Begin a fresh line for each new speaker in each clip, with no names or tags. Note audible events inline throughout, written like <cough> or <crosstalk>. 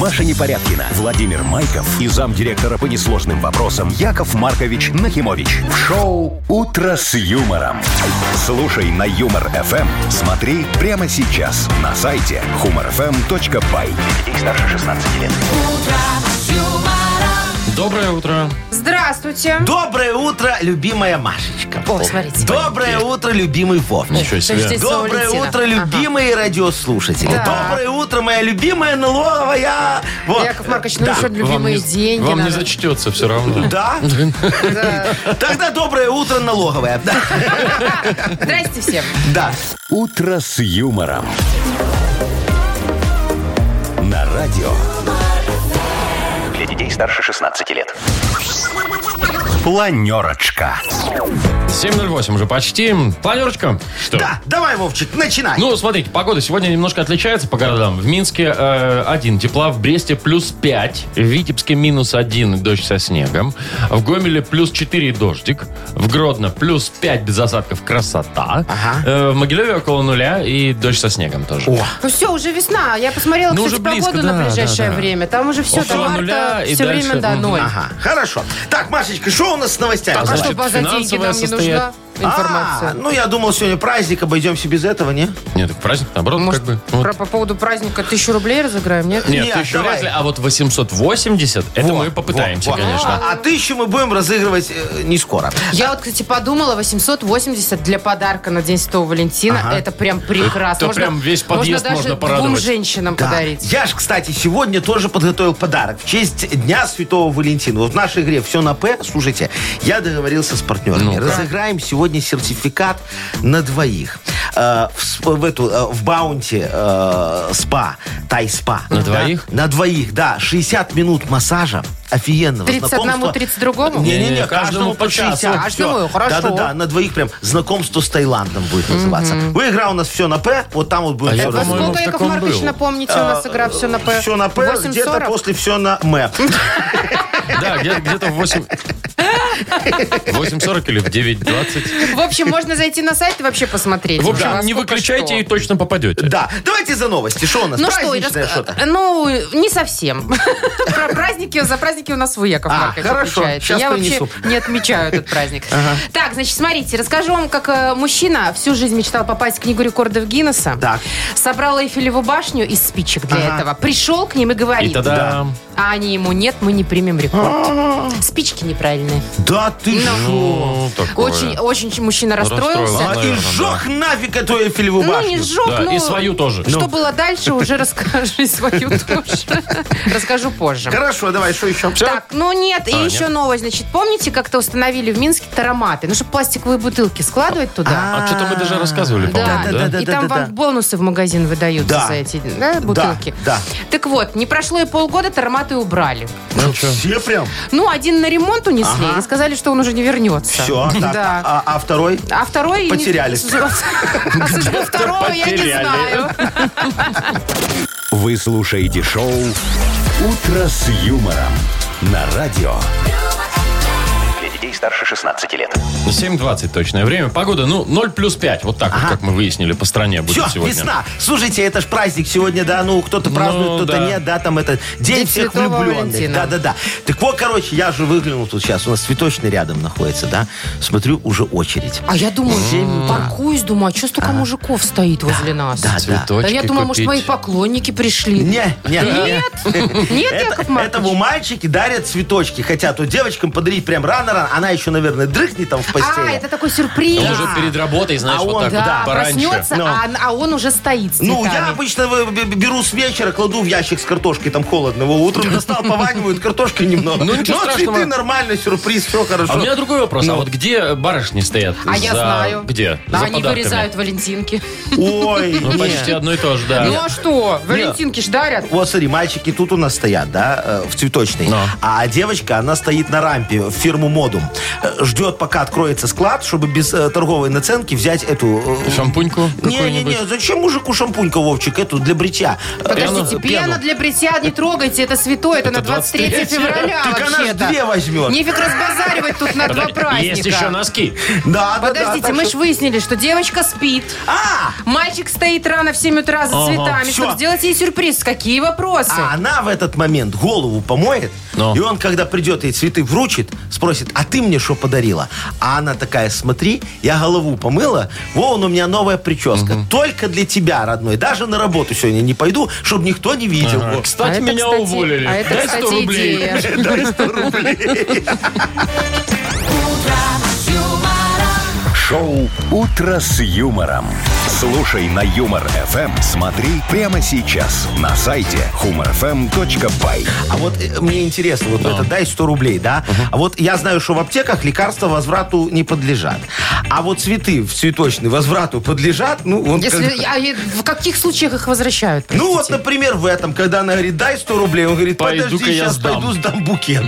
Маша Непорядкина, Владимир Майков и замдиректора по несложным вопросам Яков Маркович Нахимович. В шоу «Утро с юмором». Слушай на «Юмор-ФМ». Смотри прямо сейчас на сайте humorfm.by. Здесь старше 16 лет.
Доброе утро.
Здравствуйте.
Доброе утро, любимая Машечка.
О, смотрите.
Доброе утро, любимый Вовчик.
Ничего себе.
Подождите. Птица
Доброе
улетела.
утро, любимые радиослушатели.
Да.
Доброе утро, моя любимая НЛОвая. Вот.
Яков Маркович, ну
Да.
еще любимые деньги.
вам не
надо.
зачтется все равно.
<laughs>
Да? Тогда доброе утро, налоговая. Да.
Здрасте всем.
Да.
«Утро с юмором». На радио. Для детей старше 16 лет. Планерочка.
7.08 уже почти. Планерочка? Что?
Да. Давай, Вовчик, начинай.
Ну, смотрите, погода сегодня немножко отличается по городам. В Минске э, 1 тепла, в Бресте плюс 5, в Витебске минус 1, дождь со снегом, в Гомеле плюс 4, дождик, в Гродно плюс 5, без осадков, красота,
Ага.
Э, в Могилеве около нуля и дождь со снегом тоже.
О.
Ну все, уже весна. Я посмотрела,
Ну,
кстати,
уже близко,
погоду
да,
на ближайшее
да, да.
время. Там уже все,
Около
до
нуля
марта,
и
все
дальше,
время до
мгм.
ноль.
Ага, хорошо. Так, Машечка, что у нас с новостями?
А
А что
значит,
база деньги
финансовое
нам не
состоя-
нужна? Информация.
А, ну я думал, сегодня праздник, обойдемся без этого, не?
Нет, так праздник, наоборот,
Может,
как бы. вот.
про- по поводу праздника тысячу рублей разыграем, нет?
Нет,
Нет,
еще
давай.
вряд ли, а вот 880, это
Во,
мы попытаемся,
во, во.
конечно.
А тысячу мы будем разыгрывать э, не скоро.
Я вот, кстати, подумала, 880 для подарка на День Святого Валентина, это прям прекрасно.
Это прям весь подъезд
даже
можно
двум
порадовать.
женщинам
Да.
подарить.
Я ж, кстати, сегодня тоже подготовил подарок в честь Дня Святого Валентина. Вот в нашей игре «Все на П», слушайте, я договорился с партнерами. Разыграем сегодня сертификат на двоих. Э, в, сп- в эту, э, в Баунти э, СПА, Тай-СПА.
На
Да.
двоих?
На двоих, да. 60 минут массажа. Офигенного
31-му,
знакомства.
32-му?
Не-не-не,
Не-не,
каждому по 60.
Каждому? Хорошо.
Да-да-да, на двоих прям знакомство с Таиландом будет называться. Вы игра у нас все на П, вот там вот будет
А
всё
я
Во
по-моему,
разыграно.
сколько,
в
Яков
таком
Маркович,
был.
напомните, у нас игра все на П?
Все А, на П, где-то
8.40?
после все на М. <laughs>
Да, где- где-то в 8... 8.40 или в 9.20.
В общем, можно зайти на сайт и вообще посмотреть.
В
Во
общем, не
сколько
выключайте
что.
и точно попадете.
Да, давайте за новости. Что у нас?
Ну что,
Праздничное
рас-
что-то.
ну, не совсем. <laughs> Про праздники, за праздники у нас вы, Яков
А,
Маркович,
хорошо,
отвечаете.
щас
Я
принесу.
вообще не отмечаю этот праздник. Так, значит, смотрите, расскажу вам, как э, мужчина всю жизнь мечтал попасть в Книгу рекордов Гиннесса.
Так.
Собрал Эйфелеву башню из спичек для
Ага.
этого. Пришел к ним и
И
говорит.
тогда...
А они ему, нет, мы не примем
<gasps>
рекорд. Спички неправильные.
Да ты что?
Ну, такое.
Очень, очень мужчина
Расстроился.
расстроился.
А и
наверное,
сжег нафиг эту Эйфелеву
Ну,
башню.
не сжег,
Да,
ну...
и свою тоже.
Что было дальше, уже расскажу и свою тоже. Расскажу позже.
Хорошо, давай, что еще?
Так, ну нет, и
А,
еще
нет.
новость. Значит, помните, как-то установили в Минске тароматы? Ну, чтобы пластиковые бутылки складывать туда.
А что-то мы даже рассказывали,
Да,
по-моему,
да,
да?
да,
да,
и
да,
там
да,
вам
да.
бонусы в магазин выдаются
Да.
за эти да, бутылки.
да.
Так вот, не прошло и полгода, тароматы убрали.
Ну, чё?
Все прям?
Ну, один на ремонт унесли
Ага.
и сказали, что он уже не вернется.
Все.
Да.
А а второй?
А второй... не-
Потеряли.
А
<laughs>
судьбу второго я не
Потеряли.
знаю.
Вы слушаете шоу «Утро с юмором» на радио. Для детей старше 16 лет.
7.20 точное время. Погода, ну, 0 плюс 5. Вот так вот, как мы выяснили, по стране будет
Все,
сегодня.
весна. Слушайте, это ж праздник сегодня, да, ну, кто-то празднует, кто-то
да.
нет, да, там это День,
День
всех
Святого
влюбленных.
Валентина.
Да-да-да. Так вот, короче, я же выглянул тут сейчас, у нас цветочный рядом находится, да, смотрю, уже очередь.
А я думаю, паркуюсь, думаю, а что столько мужиков стоит возле нас?
да,
Цветочки
Да я думаю, может,
купить.
мои поклонники пришли.
Не, не, не.
Нет, нет, Яков
Это, этому
Маркович.
мальчики дарят цветочки. Хотят вот девочкам подарить прям рано-рано. Она еще, наверное, дрыхнет там в постели.
А, это такой сюрприз.
Он уже перед работой, знаешь,
А
вот
он,
так вот,
Да,
пораньше.
проснется,
Ну.
а, а он уже стоит с
Ну, я
цветами.
обычно вы- б- б- беру с вечера, кладу в ящик с картошкой, там холодно. его Утром достал, пованивают картошкой немного.
Ну, ничего
Но
страшного.
цветы нормально, сюрприз, все хорошо.
А у меня другой вопрос.
Ну.
А вот где барышни стоят?
А я
За-
знаю.
Где?
Да,
За
они
подарками?
вырезают валентинки.
Ой,
Ну,
не.
почти одно и то же, да.
Ну а что? Валентинки ж дарят.
Вот смотри, мальчики тут у нас стоят, да, э, в цветочной.
Ну.
А девочка, она стоит на рампе в фирму Модум. э, ждет, пока откроется склад, чтобы без э, торговой наценки взять эту... э,
Шампуньку какую-нибудь?
Не-не-не, зачем мужику шампунька, Вовчик, эту для бритья?
Пену.
Подождите, пена для бритья не трогайте, это святое, это,
Это
на 23
23
февраля
Так она ж
вообще-то.
две возьмет.
Нефиг разбазаривать тут на два праздника.
Есть еще носки.
Да, да, да,
Подождите,
так
мы
что-
ж выяснили, что девочка спит.
А!
Мальчик стоит рано в 7 утра за
Ага,
цветами, чтобы
всё.
сделать ей сюрприз. Какие вопросы?
А она в этот момент голову помоет,
Ну.
и он, когда придет и цветы вручит, спросит, а ты мне что подарила? А она такая, смотри, я голову помыла, вон у меня новая прическа. Только для тебя, родной. Даже на работу сегодня не пойду, чтобы никто не видел.
Ага.
О,
А
Кстати,
это,
меня
кстати,
уволили.
А это,
Дай 100
кстати,
рублей.
идея.
Шоу «Утро с юмором». Слушай на Юмор ФМ. Смотри прямо сейчас на сайте humorfm.by.
А вот э, мне интересно, вот это дай 100 рублей, да? А вот я знаю, что в аптеках лекарства возврату не подлежат. А вот цветы в цветочный возврату подлежат, ну, он
Если, а и в каких случаях их возвращают?
Ну вот, например, в этом, когда она говорит, дай 100 рублей, он говорит,
Пойду-ка
подожди,
я
сейчас
сдам».
пойду сдам букет.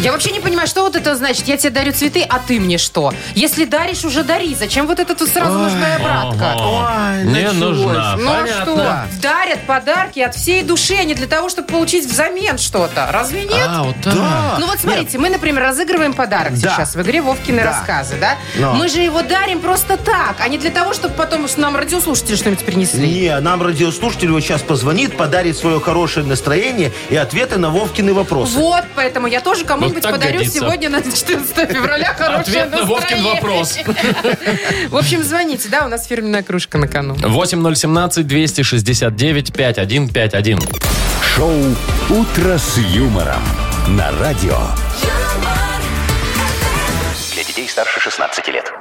Я вообще не понимаю, что вот это значит. Я тебе дарю цветы, а ты мне что? Если даришь, уже дари. Зачем вот это тут сразу нужная обратка?
Ага.
Ой,
Не
началось.
нужна.
Ну
Понятно.
а что? Дарят подарки от всей души, а не для того, чтобы получить взамен что-то. Разве нет?
А, вот так.
Ну вот смотрите, мы, например, разыгрываем подарок
Да.
сейчас в игре Вовкины
Да.
рассказы, да?
Но.
Мы же его дарим просто так, а не для того, чтобы потом нам радиослушатели что-нибудь принесли.
Не, нам радиослушатель вот сейчас позвонит, подарит свое хорошее настроение и ответы на Вовкины вопросы.
Вот, поэтому я тоже
Вот
кому-нибудь
так
подарю
годится.
сегодня на 14
<laughs>
февраля хорошее
Ответ на Вовкин
настроение.
вопрос.
В общем, звоните, да, у нас фирменная кружка на кону.
8017-269-5151.
Шоу «Утро с юмором» на радио.
Для детей старше 16 лет.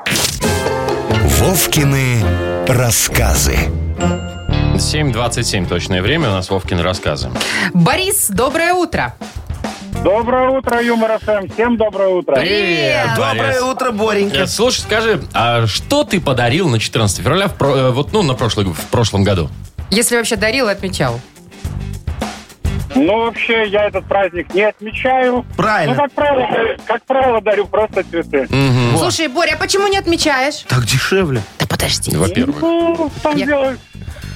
Вовкины рассказы.
7.27 точное время. У нас Вовкин рассказы.
Борис, доброе утро.
Доброе утро, Юмор ФМ. Всем доброе утро.
Привет,
Доброе
Борис.
утро, Боренька.
Э, Слушай, скажи, а что ты подарил на 14 февраля, в про- э, вот, ну, на прошлый, в прошлом году?
Если вообще дарил и отмечал.
Ну, вообще, я этот праздник не отмечаю.
Правильно.
Ну, как правило, дарю- как правило, дарю просто цветы.
Слушай, Боря, а почему не отмечаешь?
Так дешевле.
Да подожди.
Во-первых.
Ну, в том
Я-
дело,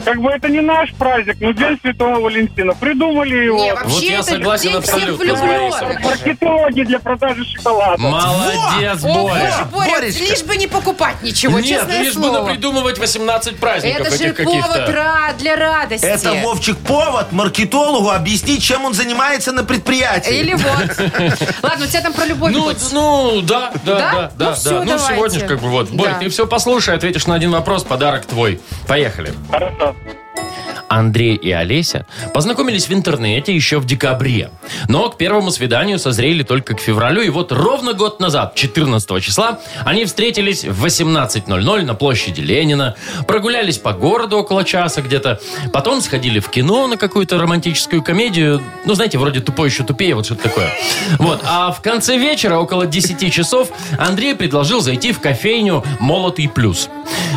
как бы это не наш праздник, но День Святого Валентина. Придумали его.
Не, вообще
Вот я
это
согласен
день всех
абсолютно с Борисом.
влюбленных.
Маркетологи для продажи шоколада.
Молодец,
О,
Боря.
Боря, Боря,
Боречка.
лишь бы не покупать ничего,
Нет,
честное
лишь бы
слово.
придумывать 18 праздников
Это же
этих
повод
каких-то.
ра- для радости.
Это, Вовчик, повод маркетологу объяснить, чем он занимается на предприятии.
Или вот. Ладно, у тебя там про любовь
Ну,
хоть.
ну, да, да,
Да?
да,
Ну,
да,
всё,
да. Ну,
давайте.
сегодня ж как бы вот. Борь,
Да.
ты все послушай, ответишь на один вопрос, подарок твой. Поехали.
Хорошо.
Андрей и Олеся познакомились в интернете еще в декабре. Но к первому свиданию созрели только к февралю. И вот ровно год назад, 14 числа, они встретились в 18.00 на площади Ленина, прогулялись по городу около часа где-то, потом сходили в кино на какую-то романтическую комедию. Ну, знаете, вроде тупой еще тупее, вот что-то такое. Вот. А в конце вечера, около 10 часов, Андрей предложил зайти в кофейню «Молотый плюс».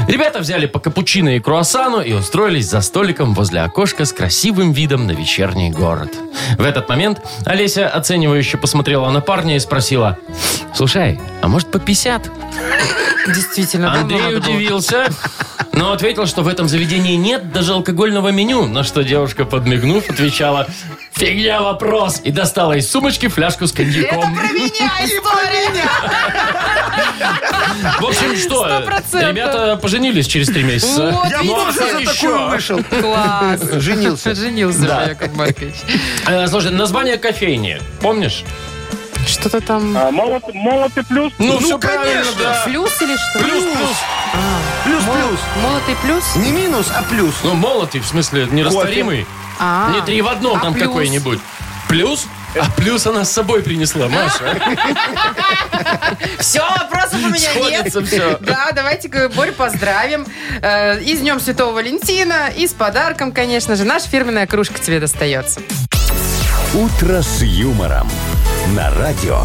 Ребята взяли по капучино и круассану и устроились за столиком возле окошка с красивым видом на вечерний город. В этот момент Олеся оценивающе посмотрела на парня и спросила, «Слушай, а может по 50?»
Ну,
Действительно, давно
Андрей
надо было.
удивился, но ответил, что в этом заведении нет даже алкогольного меню, на что девушка, подмигнув, отвечала, «Фигня вопрос!» и достала из сумочки фляжку с коньяком.
Про меня история.
В общем, что,
Сто процентов.
ребята поженились через три месяца.
Вот,
Я
видите,
тоже за такую
еще.
вышел.
Класс.
Женился.
Женился
Да.
же Яков Маркович.
Э, Слушай, название кофейни, помнишь?
Что-то там...
А, молот, молот и плюс.
Ну,
всё правильно,
да.
Плюс или что?
Плюс, плюс.
Плюс-плюс.
Молотый плюс?
Не минус, а плюс.
Ну, молотый, в смысле, нерастворимый.
А.
Не три в одном
А
там
плюс?
какой-нибудь. Плюс? А плюс она с собой
А?
принесла, Маша.
Все, вопросов у меня
Сходится
нет.
всё.
Да, давайте э, Борь поздравим. Э, И с Днем Святого Валентина, и с подарком, конечно же. Наша фирменная кружка тебе достается.
«Утро с юмором» на радио.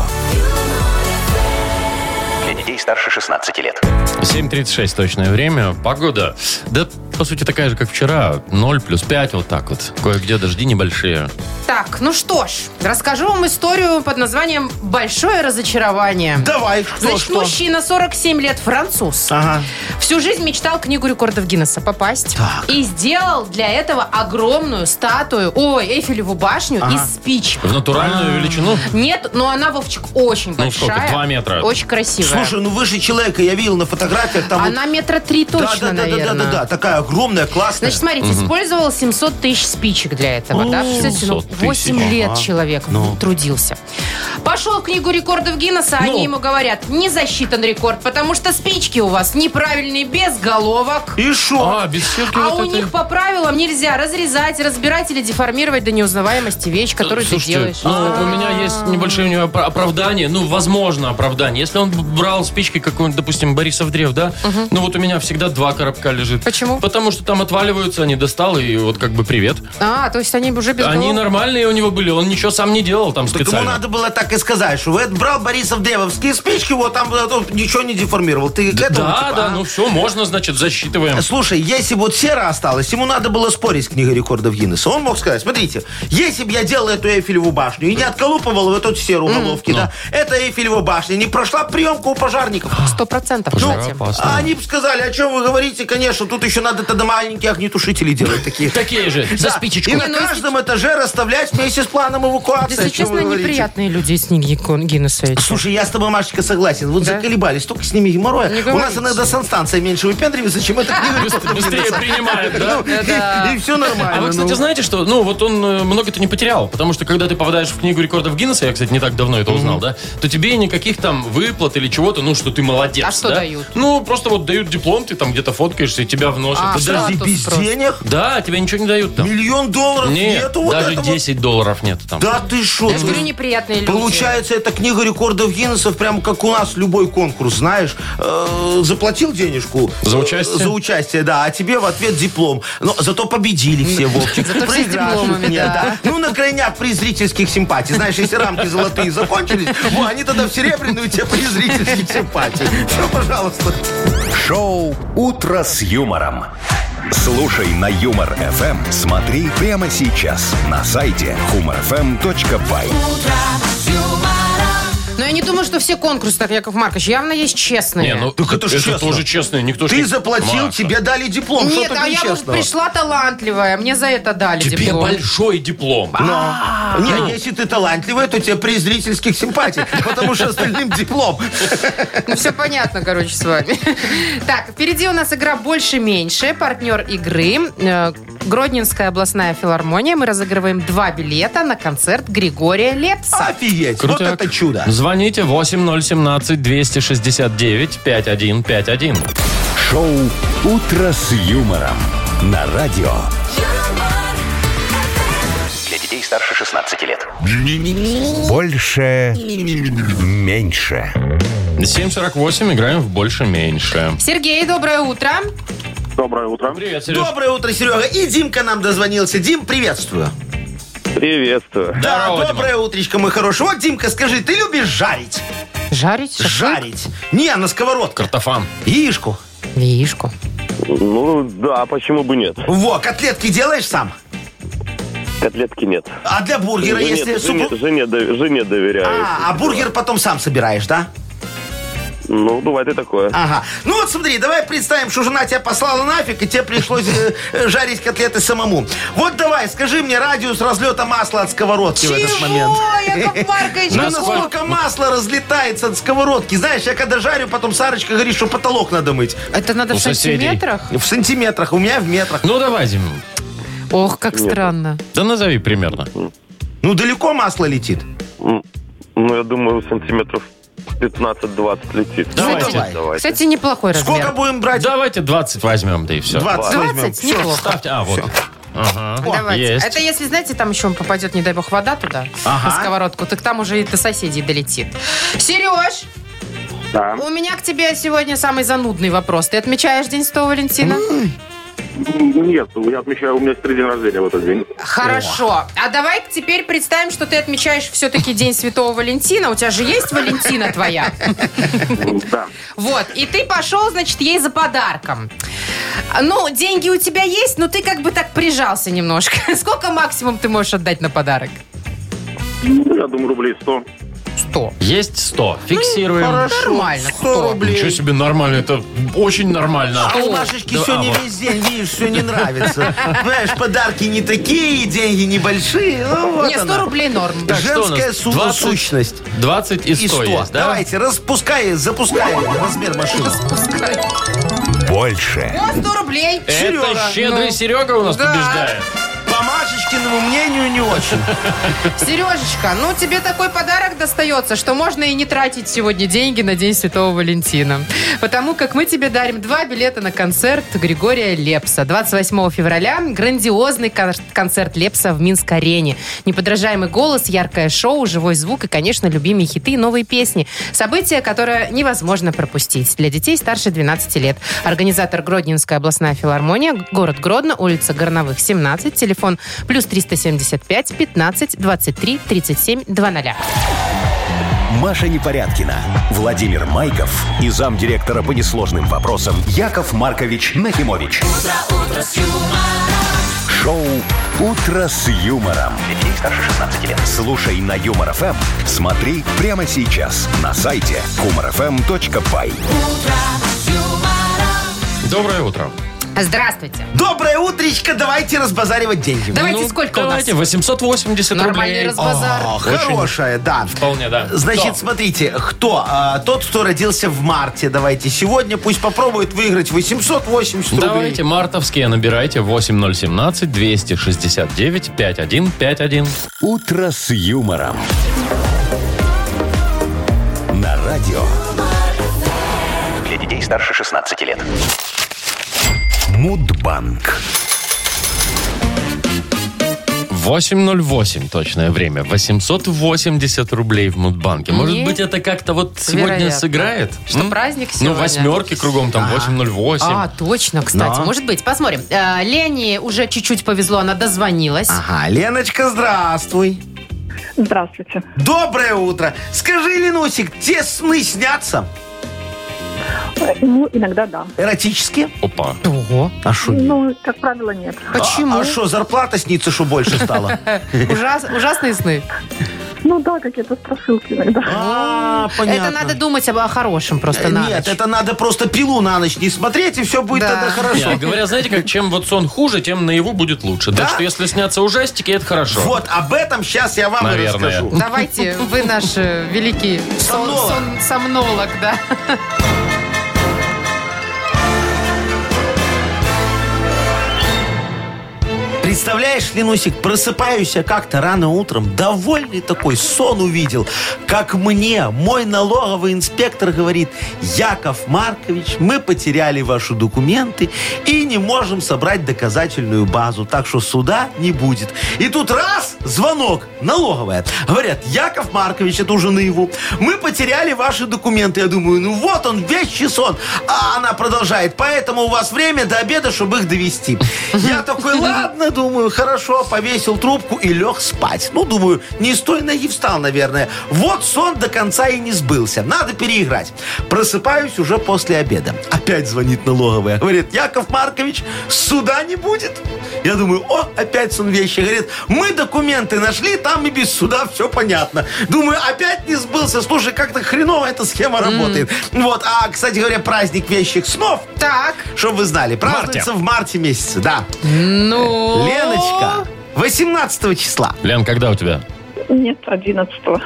Для детей старше старше 16 лет.
7.36 точное время. Погода, да, по сути, такая же, как вчера. 0 плюс 5, вот так вот. Кое-где дожди небольшие.
Так, ну что ж, расскажу вам историю под названием «Большое разочарование».
Давай, кто
Значит,
что? А.
мужчина, 47 лет, француз.
Ага.
Всю жизнь мечтал в книгу рекордов Гиннесса попасть. И сделал для этого огромную статую, ой, Эйфелеву башню из спичек.
В натуральную
А.
величину?
Нет, но она, Вовчик, очень
Ну,
большая.
сколько, два метра?
Очень красивая.
Слушай, ну выше человека, я видел на фотографиях там.
она метра три
вот-
точно,
да, да, да, да, да,
наверное.
да, такая огромная, классная.
Значит, смотрите, использовал 700 тысяч спичек для этого, да? Представляете, ну,
700 тысяч. Ну.
8 лет человек трудился. Пошел в книгу рекордов Гиннесса,
Ну.
они ему говорят, не засчитан рекорд, потому что спички у вас неправильные, без головок.
И шо?
А, без всяких
А
вот
у
этой-
них по правилам нельзя разрезать, разбирать или деформировать до неузнаваемости вещь, которую
Слушайте,
ты делаешь.
ну, у меня есть небольшое у него опра- оправдание, ну, возможно, оправдание. Если он брал спички какой-нибудь, допустим, Борисов Древ, да, ну, вот у меня всегда два коробка лежит.
Почему?
Потому что там отваливаются, они достал, и вот как бы привет.
А, то есть они уже без
Они
голов?
нормальные у него были, он ничего сам не делал там
Так ему
специально.
надо было так и сказать, что вот брал Борисов Девовские спички, вот там э, тут ничего не деформировал. Ты к этому
Да,
типа,
да,
а?
ну все, можно, значит, засчитываем.
Слушай, если бы вот сера осталась, ему надо было спорить с книгой рекордов Гиннесса. Он мог сказать, смотрите, если бы я делал эту Эйфелеву башню и не отколупывал вот эту серу головки, да,
Ну.
эта Эйфелева башня не прошла приемку у пожарников.
Сто процентов,
Ну,
кстати.
опасно.
А они бы сказали, о чем вы говорите, конечно, тут еще надо тогда маленьких огнетушителей делать такие.
Такие же, за
Да.
спичечку.
И на каждом этаже расставлять вместе с планом эвакуации.
ну, Если
о чем вы
честно,
говорите.
неприятные люди с книги Кон- Гиннесса эти.
Слушай, я с тобой, Машечка, согласен. Вот заколебались, только с ними геморроя.
Не
У нас
говорите.
иногда санстанция меньше выпендривается,
<laughs>
чем это книга рекордов
Быстрее
Гиннесса.
принимает, да?
Ну, и- И все нормально.
А вы, кстати,
ну.
знаете, что, ну, вот он э, много-то не потерял, потому что, когда ты попадаешь в книгу рекордов Гиннесса, я, кстати, не так давно это узнал, да, то тебе никаких там выплат или чего-то, ну, что ты молодец,
А что
да?
дают?
Ну, просто вот дают диплом, ты там где-то фоткаешься, и тебя вносят.
А,
Ты даже-
Подожди,
Статус
без
просто.
денег?
Да, тебе ничего не дают там.
Миллион долларов
Нет,
нету вот
даже
этого?
10 долларов нету там.
Да ты шо?
Я же говорю, неприятные люди.
Получается, эта книга рекордов Гиннесса, прям как у нас любой конкурс, знаешь, э, заплатил денежку
За
э,
участие?
за участие, да, а тебе в ответ диплом. Но зато победили все, Вовчик.
Зато все с
Проигравших
дипломами,
нет,
да.
Ну, на крайняк при зрительских симпатий. Знаешь, если рамки золотые закончились, во, они тогда в серебряную тебе при зрительских симпатиях. Все, пожалуйста.
Шоу «Утро с юмором». Слушай на Юмор ФМ. Смотри прямо сейчас на сайте humorfm.by.
Но я не думаю, что все конкурсы, так, Яков Маркович, явно есть честные.
Не, ну,
Так это ж честно.
тоже честно. Никто ж не-
Ты заплатил,
Маша,
тебе дали диплом. Что
Нет,
тут
а я вот
нечестного?
пришла талантливая, мне за это дали
Тебе
диплом.
большой диплом.
Не, А. если ты талантливая, то тебе при зрительских симпатий, потому что остальным
<laughs>
диплом.
Ну, все понятно, короче, с вами. Так, впереди у нас игра «Больше-меньше». Партнер игры э, Гродненская областная филармония. Мы разыгрываем два билета на концерт Григория Лепса.
Офигеть, вот
Крутяк.
это чудо.
Звоните 8017-269-5151.
Шоу «Утро с юмором» на радио.
Для детей старше 16 лет.
Больше. Меньше.
7.48, играем в «Больше-меньше».
Сергей, доброе утро.
Доброе утро.
Привет, Сереж.
Доброе утро, Серега. И Димка нам дозвонился. Дим, приветствую.
Приветствую.
Здорово,
да, доброе утречко, мой хороший. Вот, Димка, скажи, ты любишь жарить?
Жарить шашлык?
Жарить. Не, на сковородку.
Картофан.
Яишку.
Яичку.
Ну да, почему бы нет?
Во, котлетки делаешь сам?
Котлетки нет.
А для бургера,
Жене-
если
жене,
супруг...
жене дов- жене доверяю.
А, а бургер потом сам собираешь, да?
Ну, бывает и такое.
Ага. Ну вот смотри, давай представим, что жена тебя послала нафиг, и тебе пришлось э, э, жарить котлеты самому. Вот давай, скажи мне радиус разлета масла от сковородки в этот момент.
Чего,
<laughs>
Яков Маркович,
Ну,
какой?
насколько масло разлетается от сковородки. Знаешь, я когда жарю, потом Сарочка говорит, что потолок надо мыть.
Это надо
У
в
соседей.
сантиметрах?
В сантиметрах, у меня в метрах.
Ну, давай, Дим.
Ох, как странно.
Да назови примерно.
Ну, далеко масло летит.
М, Ну, я думаю, сантиметров 15-20 летит.
Давайте.
давай.
Давайте.
Кстати, неплохой
Сколько
размер.
будем брать?
Давайте 20 возьмем, да и все.
20 возьмем.
20? Неплохо.
Ставьте. А, вот. Ага.
Давайте.
Есть.
Это если, знаете, там еще попадет, не дай бог, вода туда,
Ага.
на сковородку, так там уже и до соседей долетит. Сереж,
Да.
у меня к тебе сегодня самый занудный вопрос. Ты отмечаешь День Святого Валентина?
Нет, я отмечаю, у меня сегодня день рождения в
<laughs>
этот день.
Хорошо. А давай теперь представим, что ты отмечаешь все-таки День Святого Валентина. У тебя же есть Валентина твоя?
Да.
Вот. И ты пошел, значит, ей за подарком. Ну, деньги у тебя есть, но ты как бы так прижался немножко. <laughs> Сколько максимум ты можешь отдать на подарок?
Ну, я думаю, рублей 100.
100.
Есть
Ну,
100. Фиксируем.
Нормально.
100 рублей.
Ничего себе, нормально. Это очень нормально.
А у Машечки
Да,
сегодня
вот.
весь день, видишь, все
<laughs>
не нравится. Понимаешь, подарки не такие, деньги небольшие. Ну, вот
Не, 100
она.
рублей норм.
Так, что у нас?
Женская су-
20?
сущность.
20 и 100,
И 100.
есть, да?
Давайте, распускай, запускай размер машины.
Больше.
О, 100 рублей.
Это
Серега,
щедрый
ну.
Серега у нас
Да.
побеждает.
По Машечкиному мнению не очень.
Сережечка, ну тебе такой подарок достается, что можно и не тратить сегодня деньги на День Святого Валентина. Потому как мы тебе дарим два билета на концерт Григория Лепса. 28 февраля грандиозный кон- концерт Лепса в Минск-арене. Неподражаемый голос, яркое шоу, живой звук и, конечно, любимые хиты и новые песни. Событие, которое невозможно пропустить для детей старше 12 лет. Организатор Гродненская областная филармония, город Гродно, улица Горновых, 17, телефон плюс 375 15 23 37 00.
Маша Непорядкина, Владимир Майков и замдиректора по несложным вопросам Яков Маркович Нахимович. Шоу Утро с юмором. Детей старше 16 лет. Слушай на юмор ФМ. Смотри прямо сейчас на сайте humorfm.by.
Доброе утро.
Здравствуйте.
Доброе утречко, давайте разбазаривать деньги.
Давайте
Ну,
сколько
давайте,
у нас?
880
Нормальный
рублей.
разбазар.
О,
Очень.
хорошая, да.
Вполне, да.
Значит,
Кто?
смотрите, кто? А, тот, кто родился в марте, давайте сегодня, пусть попробует выиграть 880 рублей.
Давайте мартовские набирайте 8017 269 5151.
Утро с юмором. На радио
Для детей старше 16 лет.
Мудбанк.
8.08 точное время. 880 рублей в Мудбанке. Может
Не.
быть, это как-то вот сегодня
Вероятно.
сыграет?
Что,
М?
праздник сегодня?
Ну, восьмерки кругом, там 8.08.
А, точно, кстати. Может быть, посмотрим. Э, Лене уже чуть-чуть повезло, она дозвонилась.
Ага, Леночка, здравствуй.
Здравствуйте.
Доброе утро. Скажи, Ленусик, те сны снятся?
Ну, иногда да.
Эротические?
Опа.
Ого.
А шо?
Ну, как правило, нет.
Почему?
А что, зарплата снится, что больше стало?
Ужас- ужасные сны.
Ну да, какие-то страшилки иногда.
А, понятно.
Это надо думать об- о хорошем
Э,
просто на
Нет,
ночь.
это надо просто пилу на ночь не смотреть, и все будет
Да.
тогда хорошо.
Не, говоря, знаете, как чем вот сон хуже, тем наяву будет лучше. Так что если снятся ужастики, это хорошо.
Вот об этом сейчас я вам и
Наверное.
расскажу.
Давайте, вы наш э, великий сон-
Сомнолог.
сон- сомнолог, да.
Представляешь, Ленусик, просыпаюсь я как-то рано утром, довольный такой, сон увидел, как мне мой налоговый инспектор говорит, Яков Маркович, мы потеряли ваши документы и не можем собрать доказательную базу, так что суда не будет. И тут раз, звонок, налоговая. Говорят, Яков Маркович, это уже наяву, мы потеряли ваши документы. Я думаю, ну вот он, вещи сон. А она продолжает, поэтому у вас время до обеда, чтобы их довести. Я такой, ладно, думаю, хорошо, повесил трубку и лег спать. Ну, думаю, не стой ноги встал, наверное. Вот сон до конца и не сбылся. Надо переиграть. Просыпаюсь уже после обеда. Опять звонит налоговая. Говорит, Яков Маркович, суда не будет. Я думаю, о, опять сон вещи. Говорит, мы документы нашли, там и без суда все понятно. Думаю, опять не сбылся. Слушай, как-то хреново эта схема работает. Вот, а, кстати говоря, праздник вещих снов,
Так,
чтобы вы знали, празднуется в марте месяце, да.
ну...
Леночка, 18 числа.
Лен, когда у тебя?
Нет, одиннадцатого.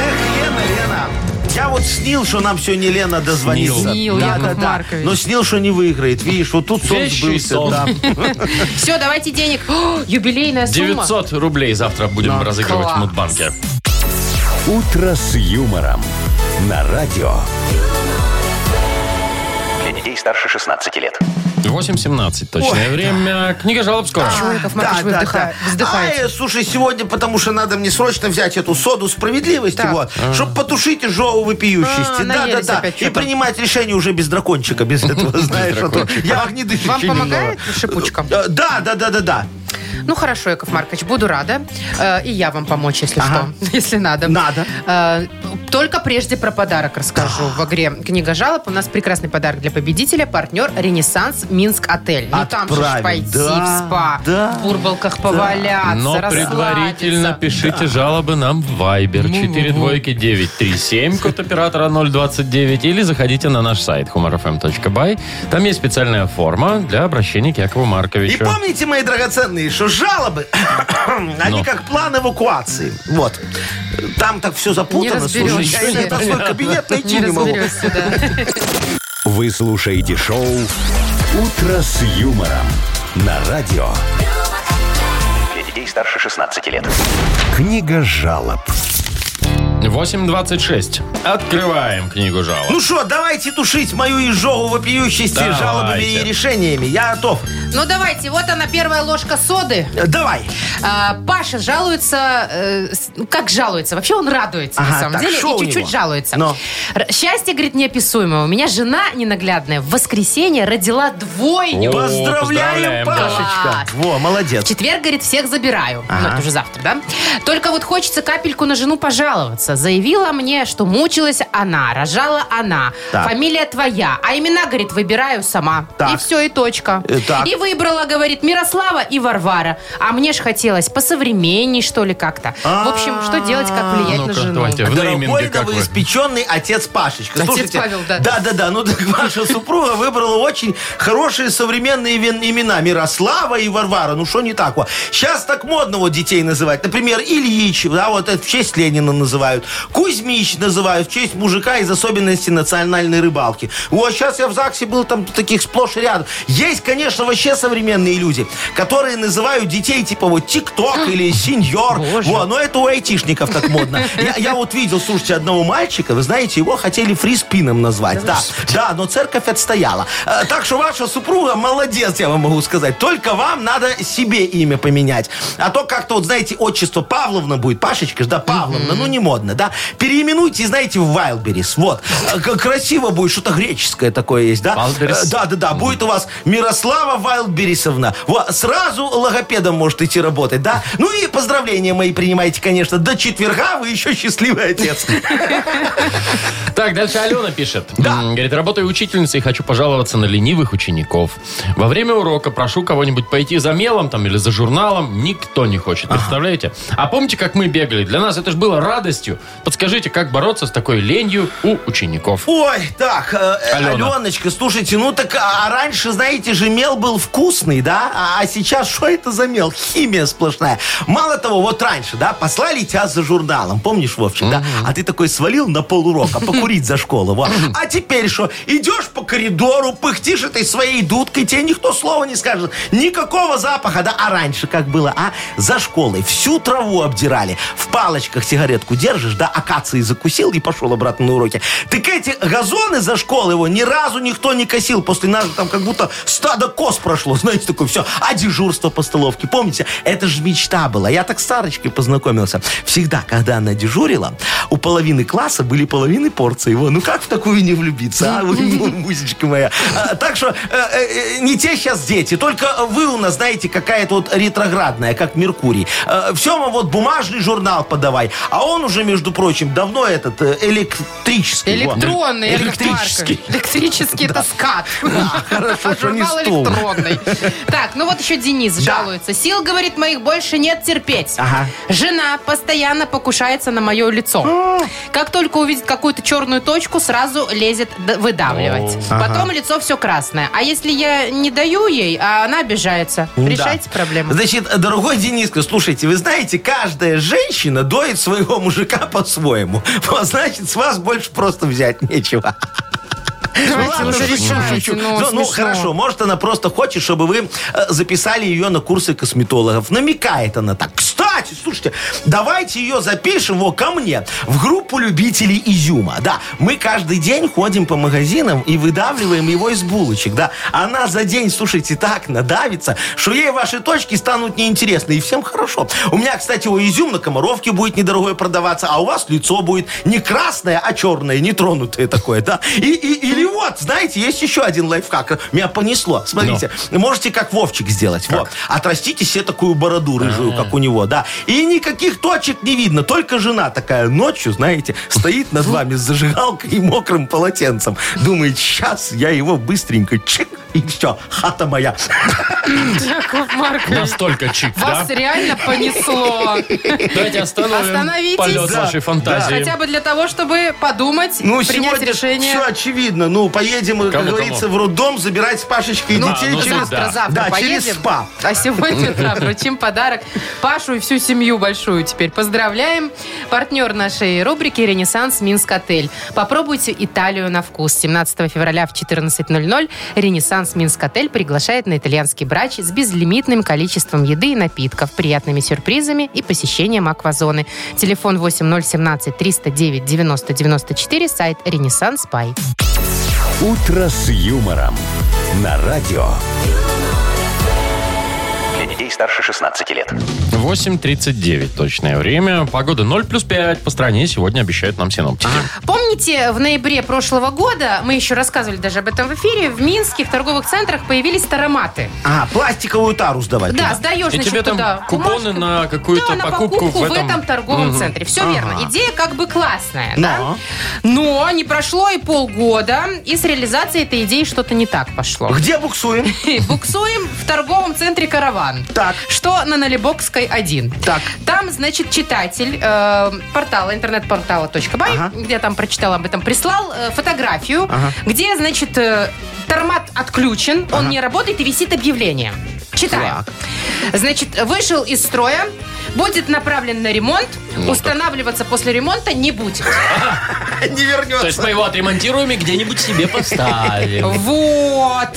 Эх, Лена, Лена. Я вот снил, что нам сегодня Лена дозвонился.
Снил, Яков Маркович.
Но снил, что не выиграет. Видишь, вот тут сон
Вещий
сбылся.
сон.
да.
Все, давайте денег. О, юбилейная сумма.
900 рублей завтра будем разыгрывать в
класс.
Мудбанке.
Утро с юмором. На радио
Для детей старше 16 лет.
8.17 точное время. Книга жалоб скоро.
Почему Яков Маркович вы вдыха-
А,
вздыхаете?
э, слушай, сегодня, потому что надо мне срочно взять эту соду справедливости,
Так.
вот, чтобы потушить изжогу
А,
выпиющести. да, да,
наелись
да.
опять
И
чего-то.
принимать решение уже без дракончика, без <laughs> этого, знаешь, а то я огнедышащий
Вам
немного.
помогает шипучка?
Э, Да, да, да, да, да.
Ну хорошо, Яков Маркович, буду рада. Э, И я вам помочь, если
Ага.
что. <laughs> Если надо.
Надо.
Э, Только прежде про подарок расскажу. В игре «Книга жалоб» у нас прекрасный подарок для победителя. Партнер «Ренессанс Минск Отель». Ну там же ж
Отправим.
пойти
Да,
в спа,
да,
в бурбалках поваляться,
Но предварительно
расслабиться.
пишите жалобы нам в Viber 4 двойки 937, код оператора 029, или заходите на наш сайт humorfm.by. Там есть специальная форма для обращения к Якову
И
Марковичу.
помните, мои драгоценные, что жалобы, <coughs> они
Ну.
как план эвакуации. Вот. Там так все
Не
запутано. слушай,
разберешься.
я иногда свой кабинет найти
Не
Ну, не могу.
разберешься, да.
Вы слушаете шоу «Утро с юмором» на радио.
Для детей старше 16 лет.
Книга жалоб.
8.26. Открываем книгу жалоб.
Ну что, давайте тушить мою изжогу вопиющести
Давайте.
жалобами и решениями. Я готов.
Ну давайте, вот она первая ложка соды.
Э, Давай.
А, Паша жалуется, э, с- ну, как жалуется, вообще он радуется на
Ага,
самом
так,
деле
шо
и
у
чуть-чуть
него?
жалуется.
Но.
Р- Счастье, говорит, неописуемое. У меня жена ненаглядная в воскресенье родила двойню.
О, поздравляем,
Поздравляем, Пашечка.
Класс.
Во,
В
молодец.
четверг, говорит, всех забираю. Ну, это уже завтра, да? Только вот хочется капельку на жену пожаловаться. Заявила мне, что мучилась она, рожала она,
Так.
фамилия твоя, а имена, говорит, выбираю сама.
Так.
И все, и точка.
Э, так.
И выбрала, говорит, Мирослава и Варвара. А мне ж хотелось посовременней, что ли, как-то. В общем, что делать,
А,
как влиять
А Ну-ка,
на жену?
давайте. В нейминге
Дорогой
как вы?
новоиспеченный отец Пашечка.
Отец
Слушайте,
Павел, да.
Да, да, да. Ну так ваша супруга выбрала очень хорошие современные вин- имена. Мирослава и Варвара. Ну что не так? во? Сейчас так модно вот детей называть. Например, Ильич, да, вот это в честь Ленина называют. Кузьмич называют в честь мужика из особенностей национальной рыбалки. Вот сейчас я в ЗАГСе был, там таких сплошь и рядом. Есть, конечно, вообще современные люди, которые называют детей типа вот ТикТок или Сеньор. Во, но это у айтишников так модно. Я, я вот видел, слушайте, одного мальчика, вы знаете, его хотели фриспином назвать. Да, да, но церковь отстояла. Э, Так что ваша супруга молодец, я вам могу сказать. Только вам надо себе имя поменять. А то как-то вот, знаете, отчество Павловна будет, Пашечка, ж, да, Павловна, ну не модно, да. Переименуйте, знаете, в Вайлберис. Вот. Э, к- Красиво будет, что-то греческое такое есть, да.
Wildberries.
Э, Да, да, да, будет у вас Мирослава Вайлдберисовна. Вот, сразу логопедом может идти работать, да? Ну и поздравления мои принимайте, конечно. До четверга вы еще счастливый отец.
Так, дальше Алена пишет.
Да.
М, Говорит, работаю учительницей и хочу пожаловаться на ленивых учеников. Во время урока прошу кого-нибудь пойти за мелом там или за журналом. Никто не хочет, представляете? А помните, как мы бегали? Для нас это же было радостью. Подскажите, как бороться с такой ленью у учеников?
Ой, так, э,
Алена.
Аленочка, слушайте, ну так, а а раньше, знаете же, мел был вкусный, да? А, а сейчас что это за мел? Химия сплошная. Мало того, вот раньше, да, послали тебя за журналом, помнишь, Вовчик, да? А ты такой свалил на полурока, покурить за школу, вот. А теперь что? Идешь по коридору, пыхтишь этой своей дудкой, тебе никто слова не скажет. Никакого запаха, да? А раньше как было, а? За школой всю траву обдирали. В палочках сигаретку держишь, да? Акации закусил и пошел обратно на уроки. Так эти газоны за школой его ни разу никто не косил. После нас же там как будто стадо коз прошло, <laughs> знаете, такое все. А дежурство по столовке, помните? Это же мечта была. Я так с Сарочкой познакомился. Всегда, когда она дежурила, у половины класса были половины порции его. Ну как в такую не влюбиться, а, вы, ну, музечка моя? А, Так что э, э, не те сейчас дети, только вы у нас, знаете, какая-то вот ретроградная, как Меркурий. Все, вот бумажный журнал подавай. А он уже, между прочим, давно этот э, электрический. во.
Электронный, Яков
Электрический.
Маркович. Электрический это
<laughs>
скат.
хорошо, что не
Журнал
стул. <laughs>
электронный. Так, ну вот еще Денис жалуется. Сил, говорит, моих больше нет терпеть.
Ага.
Жена постоянно покушается на мое лицо.
А.
Как только увидит какую-то черную точку, сразу лезет д- выдавливать. Потом лицо все красное. А если я не даю ей, а она обижается,
Да.
решайте проблему.
Значит, дорогой Дениска, слушайте, вы знаете, каждая женщина доит своего мужика по-своему. <laughs> Вот, Значит, с вас больше просто взять нечего.
Давайте уже
шучу,
решайте,
шучу.
ну,
Ну, ну,
смешно.
хорошо, может, она просто хочет, чтобы вы э, записали ее на курсы косметологов. Намекает она так. Кстати, хватит. Слушайте, давайте ее запишем вот ко мне в группу любителей изюма. Да, мы каждый день ходим по магазинам и выдавливаем его из булочек. Да, она за день, слушайте, так надавится, что ей ваши точки станут неинтересны. И всем хорошо. У меня, кстати, у изюм на комаровке будет недорогое продаваться, а у вас лицо будет не красное, а черное, нетронутое такое, да. И, и- или вот, знаете, есть еще один лайфхак. Меня понесло. Смотрите, можете как Вовчик сделать. Вот. Отрастите себе такую бороду рыжую, как у него, да. И никаких точек не видно. Только жена такая ночью, знаете, стоит над вами с зажигалкой и мокрым полотенцем. Думает, сейчас я его быстренько чик, и все, хата моя.
Яков Маркович,
Настолько
<laughs>
чик, да?
вас реально понесло.
Давайте остановим
Остановитесь.
полет
Да,
вашей фантазии.
Хотя бы для того, чтобы подумать,
Ну,
принять
сегодня
решение.
все очевидно. Ну, поедем, как
Кому-кому?
говорится, в роддом забирать с Пашечкой
Ну,
детей
ну,
через...
да.
завтра, завтра
Да,
поедем.
через спа.
А сегодня, да, вручим подарок Пашу и всю семью большую теперь. Поздравляем. Партнер нашей рубрики «Ренессанс Минск Отель». Попробуйте Италию на вкус. 17 февраля в 14.00 «Ренессанс Минск Отель» приглашает на итальянский брач с безлимитным количеством еды и напитков, приятными сюрпризами и посещением аквазоны. Телефон 8017 309 90 94, сайт «Ренессанс Пай».
«Утро с юмором» на радио.
Для детей старше 16 лет.
8.39 точное время. Погода 0 плюс 5 по стране сегодня обещают нам синоптики.
Помните, в ноябре прошлого года, мы еще рассказывали даже об этом в эфире, в минских торговых центрах появились тароматы.
А, пластиковую тару сдавать.
Да,
надо.
сдаешь,
И
значит,
тебе там
туда
купоны
бумажку.
на какую-то
Да, на
покупку
покупку
в
в
этом-
этом, торговом
Мгм.
центре. Все
Ага.
верно. Идея как бы классная,
Но.
да? Но не прошло и полгода, и с реализацией этой идеи что-то не так пошло.
Где буксуем? <laughs>
<laughs> Буксуем в торговом центре «Караван».
Так.
Что на Налибокской 1.
Так.
Там, значит, читатель э, портала, интернет-портала .бай,
Ага.
где я там прочитал об этом, прислал э, фотографию,
Ага.
где, значит, э, тормат отключен, он не работает и висит объявление. Читаю. Значит, вышел из строя, будет направлен на ремонт,
Ну
устанавливаться после ремонта не
<laughs>
будет.
То
Не
есть
вернется.
мы его отремонтируем и где-нибудь
<laughs>
себе поставим.
Вот.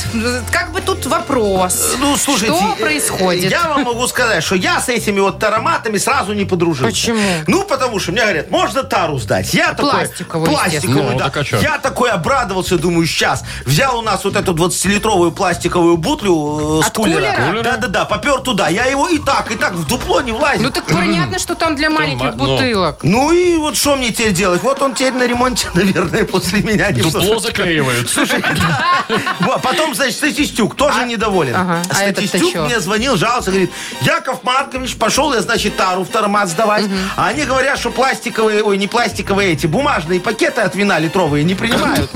Как бы тут вопрос.
Ну, слушайте,
Что
э,
происходит?
Я вам могу сказать, что я с этими вот тароматами сразу не подружился.
Почему?
Ну, потому что мне говорят, можно тару сдать. Я такой...
Пластиковую,
Пластиковую,
естественно. Ну,
да.
так а чё?
я такой обрадовался, думаю, сейчас. Взял у нас вот эту 20-литровую пластиковую бутлю э, с
От кулера?
Кулера?
Да-да-да, попер туда. Я его и так, и так в дупло не влазит.
Ну так понятно, что там для маленьких
ну.
бутылок.
Ну и вот что мне теперь делать? Вот он теперь на ремонте, <laughs> наверное, после меня. не
Дупло
сможет.
заклеивают. Слушай,
Во, Потом, значит, Статистюк тоже недоволен.
ага, а этот-то
Статистюк
чё?
мне звонил, жаловался, говорит, Яков Маркович, пошел я, значит, тару в тормоз сдавать. А они говорят, что пластиковые, ой, не пластиковые эти, бумажные пакеты от вина литровые не принимают.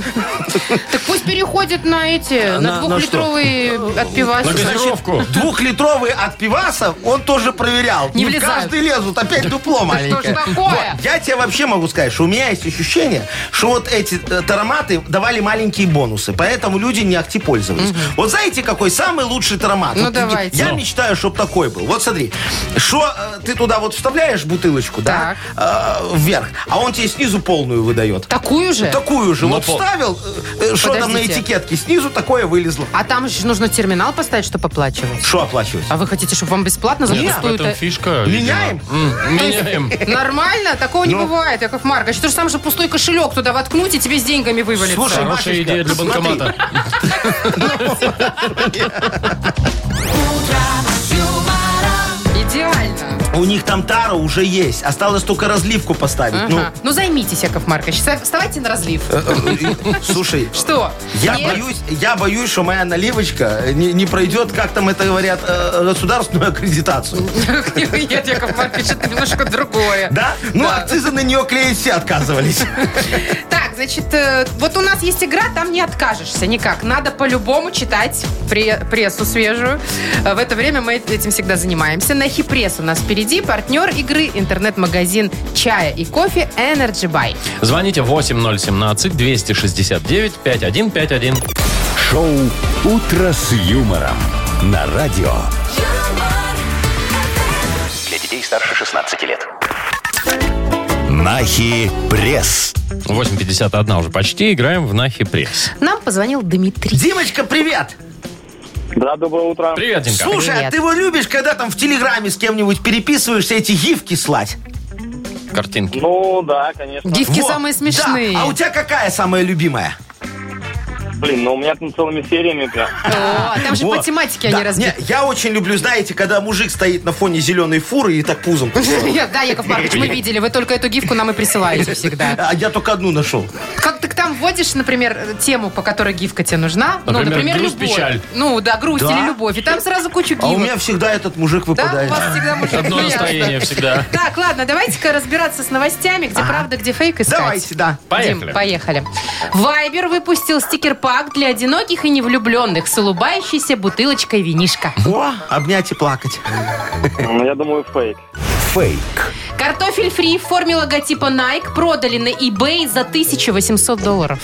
Так пусть переходят на эти,
На-
Э, на
на
двухлитровые
на
отпивасы.
газировку.
Двухлитровые от пиваса он тоже проверял.
Не
в
влезают.
каждый лезут, опять дупло маленькое.
что ж такое?
Вот, Я тебе вообще могу сказать, что у меня есть ощущение, что вот эти э, тароматы давали маленькие бонусы, поэтому люди не акти пользовались. Вот знаете, какой самый лучший таромат?
Ну,
Вот,
давайте.
Я
Ну.
мечтаю, чтобы такой был. Вот смотри, что э, ты туда вот вставляешь бутылочку, да, э, вверх, а он тебе снизу полную выдает.
Такую же?
Такую же.
Ну,
вот
пол-
вставил, э, э, что там на
Подождите.
этикетке, снизу такое вылезло.
А там же нужно терминал поставить, чтобы оплачивать.
Что оплачивать?
А вы хотите, чтобы вам бесплатно за
Нет, в
пустую
этом фишка. видимо.
Меняем?
М, Меняем.
Нормально? Такого не
Ну.
бывает, Яков Маркович. Ты же сам же пустой кошелек туда воткнуть, и тебе с деньгами вывалится.
Слушай,
Хорошая
Машечка,
идея для
смотри.
банкомата.
Идеально.
У них там тара уже есть. Осталось только разливку поставить. э,
Ага. Ну, займитесь, Яков Маркович. Со- Вставайте на разлив.
Ну, слушай,
Что?
я
Нет?
боюсь, я боюсь, что моя наливочка э, не, не пройдет, как там это говорят, э, государственную аккредитацию.
<laughs> Нет, Яков Маркович, это немножко другое.
Да? Ну, акцизы на нее клеить все отказывались.
Так, значит, э, вот у нас есть игра, там не откажешься никак. Надо по-любому читать пре- прессу свежую. Э, В это время мы этим всегда занимаемся. На пресс у нас впереди партнер игры интернет-магазин чая и кофе Energy Buy.
Звоните 8017-269-5151.
Шоу «Утро с юмором» на радио.
Для детей старше 16 лет.
Нахи пресс.
8.51 уже почти. Играем в Нахи Пресс.
Нам позвонил Дмитрий.
Димочка, привет!
Да, доброе утро.
Привет, Димка.
Слушай,
Привет.
а ты его любишь, когда там в Телеграме с кем-нибудь переписываешься, эти гифки слать?
Картинки.
Ну, да, конечно.
Гифки
Во,
самые
да.
смешные.
А у тебя какая самая любимая?
Блин, ну у меня там целыми сериями прям.
О, там же
Вот.
по тематике
Да.
они разбиты.
Не, я очень люблю, знаете, когда мужик стоит на фоне зеленой фуры и
<laughs>
так пузом.
Да, Яков Маркович,
<laughs>
мы видели. Вы только эту гифку нам и присылаете всегда.
А я только одну нашел.
Как ты к там вводишь, например, тему, по которой гифка тебе нужна? ну,
Например,
например,
грусть,
любовь.
печаль.
Ну, да, грусть
Да?
или любовь. И там сразу кучу гифок.
А у меня всегда этот мужик
Да, у
выпадает.
вас всегда мужик.
Одно
Ясно.
настроение всегда.
Так, ладно, давайте-ка разбираться с новостями, где правда, где фейк искать.
Давайте, да.
Поехали.
Дим, поехали. Вайбер выпустил стикер-пак для одиноких и невлюбленных с улыбающейся бутылочкой винишка.
О, обнять и плакать.
Ну, я думаю, фейк.
Фейк.
Картофель фри в форме логотипа Nike продали на eBay за 1800 долларов.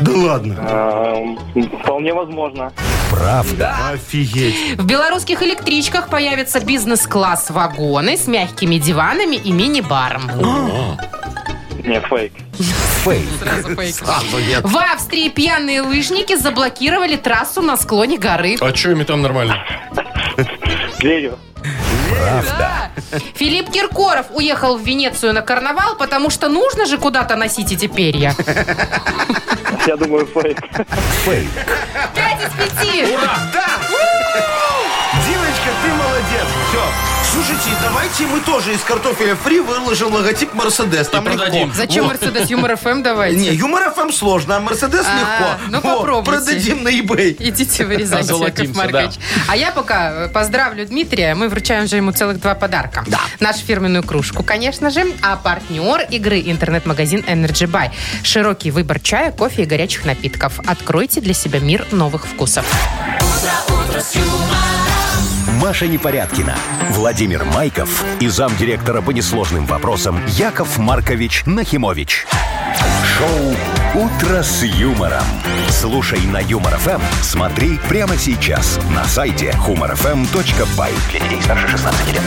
Да ладно.
Эм, Вполне возможно.
Правда.
Офигеть.
В белорусских электричках появятся бизнес-класс вагоны с мягкими диванами и мини-баром.
Нет, фейк.
Фейк.
В Австрии пьяные лыжники заблокировали трассу на склоне горы.
А что ими там нормально?
Верю.
Филипп Киркоров уехал в Венецию на карнавал, потому что нужно же куда-то носить эти перья.
Я думаю, фейк.
Фейк.
Пять из пяти.
Да! Диночка, ты молодец. Все. Слушайте, давайте мы тоже из картофеля фри выложим логотип Мерседес. Там легко.
продадим.
Зачем Мерседес Юмор Эм ФМ давайте?
Не, юмор ФМ сложно, а Мерседес
А,
легко.
ну
Во,
попробуйте.
Продадим на eBay.
Идите вырезайте, Яков
Озолотимся,
Маркович. А я пока э, поздравлю Дмитрия. Мы вручаем же ему целых два подарка. Да. Нашу фирменную кружку, конечно же, а партнер игры интернет-магазин Energy Buy. Широкий выбор чая, кофе и горячих напитков. Откройте для себя мир новых вкусов.
Маша Непорядкина, Владимир Майков и замдиректора по несложным вопросам Яков Маркович Нахимович. Шоу «Утро с юмором». Слушай на Юмор ФМ, смотри прямо сейчас на сайте humorfm.by. Для детей старше 16 лет.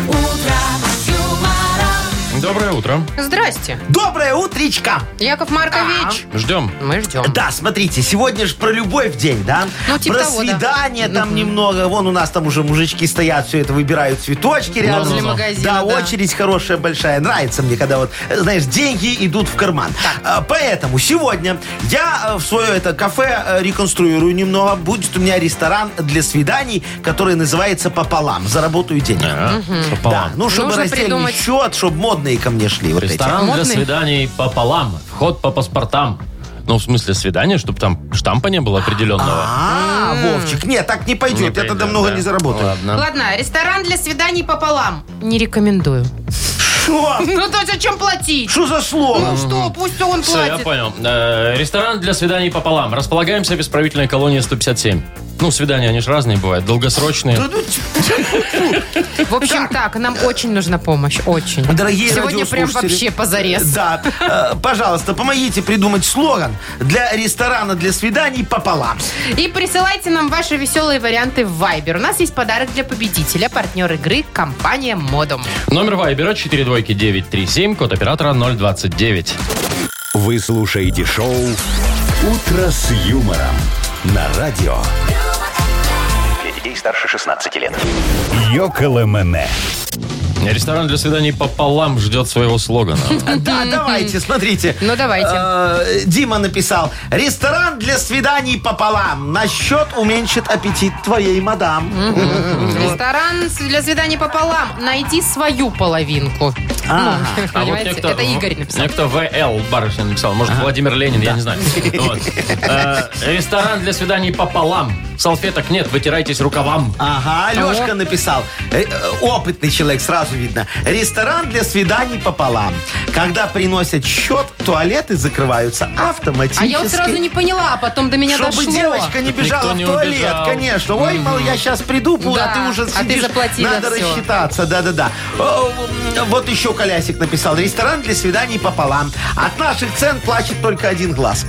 Доброе утро.
Здрасте,
Доброе утречко.
Яков Маркович.
Ждем.
Мы ждем.
А? Да, смотрите, сегодня же про любовь день, да?
Ну, типа
про
того, да.
свидание там немного. Вон у нас там уже мужички стоят, все это выбирают цветочки рядом.
Возле магазина, да.
да, очередь хорошая, большая. Нравится мне, когда вот, э, знаешь, деньги идут в карман. А, Поэтому сегодня я э, в свое это кафе э, реконструирую немного. Будет у меня ресторан для свиданий, который называется «Пополам». Заработаю денег.
А,
Да,
Пополам.
ну, чтобы
Нужно
раздельный
придумать-
счет, чтобы модные ко мне шли вот эти.
Ресторан для
Модный?
свиданий пополам. Вход по паспортам. Ну, в смысле свидания, чтобы там штампа не было определенного.
А, Вовчик, нет, так не пойдет.
Не
я тогда
пойдет,
много
да.
не заработаю.
Ладно.
Ладно, ресторан для свиданий пополам. Не рекомендую.
Что?
Ну то зачем платить?
Что за
Ну
слово?
что, пусть он
Все, я
платит.
понял. Э, Ресторан для свиданий пополам. Располагаемся в исправительной колонии 157. Ну, свидания, они же разные бывают.
Да
Долгосрочные.
ну ть-
В общем так, нам очень нужна помощь, очень.
Дорогие
Сегодня прям
радиослушатели.
вообще позарез.
Да. Э, Пожалуйста, помогите придумать слоган для ресторана для свиданий пополам.
И присылайте нам ваши веселые варианты в Viber. У нас есть подарок для победителя, партнер игры компания Модом.
Номер вайбера 42937, код оператора 029.
Вы слушаете шоу «Утро с юмором» на радио
Для детей старше 16 лет.
«Йоколэмэне».
Ресторан для свиданий пополам ждет своего
<laughs>
слогана.
Да, давайте, смотрите.
Ну, давайте.
Э, Дима написал. Ресторан для свиданий пополам. На счет уменьшит аппетит твоей мадам.
Ресторан с- для свиданий пополам. Найди свою половинку.
А,
Ну, понимаете, это Игорь написал.
Некто ВЛ барышня написал. Может, Владимир Ленин, я не
<laughs>
знаю. Вот. Э, Ресторан для свиданий пополам. Салфеток нет, вытирайтесь рукавам.
Ага, Алешка написал. Э, э, Опытный человек, сразу видно. Ресторан для свиданий пополам. Когда приносят счет, туалеты закрываются автоматически.
А я вот сразу не поняла, а потом до меня
Чтобы
дошло.
девочка не
Чтоб
бежала
никто не
в туалет,
убежал.
конечно. Ой, мол, я сейчас приду, Пу,
Да,
а ты
а
уже
ты
сидишь.
заплатила
Надо
всё.
рассчитаться, да-да-да. О, м, Вот еще Колясик написал. Ресторан для свиданий пополам. От наших
<laughs>
цен плачет только один глаз.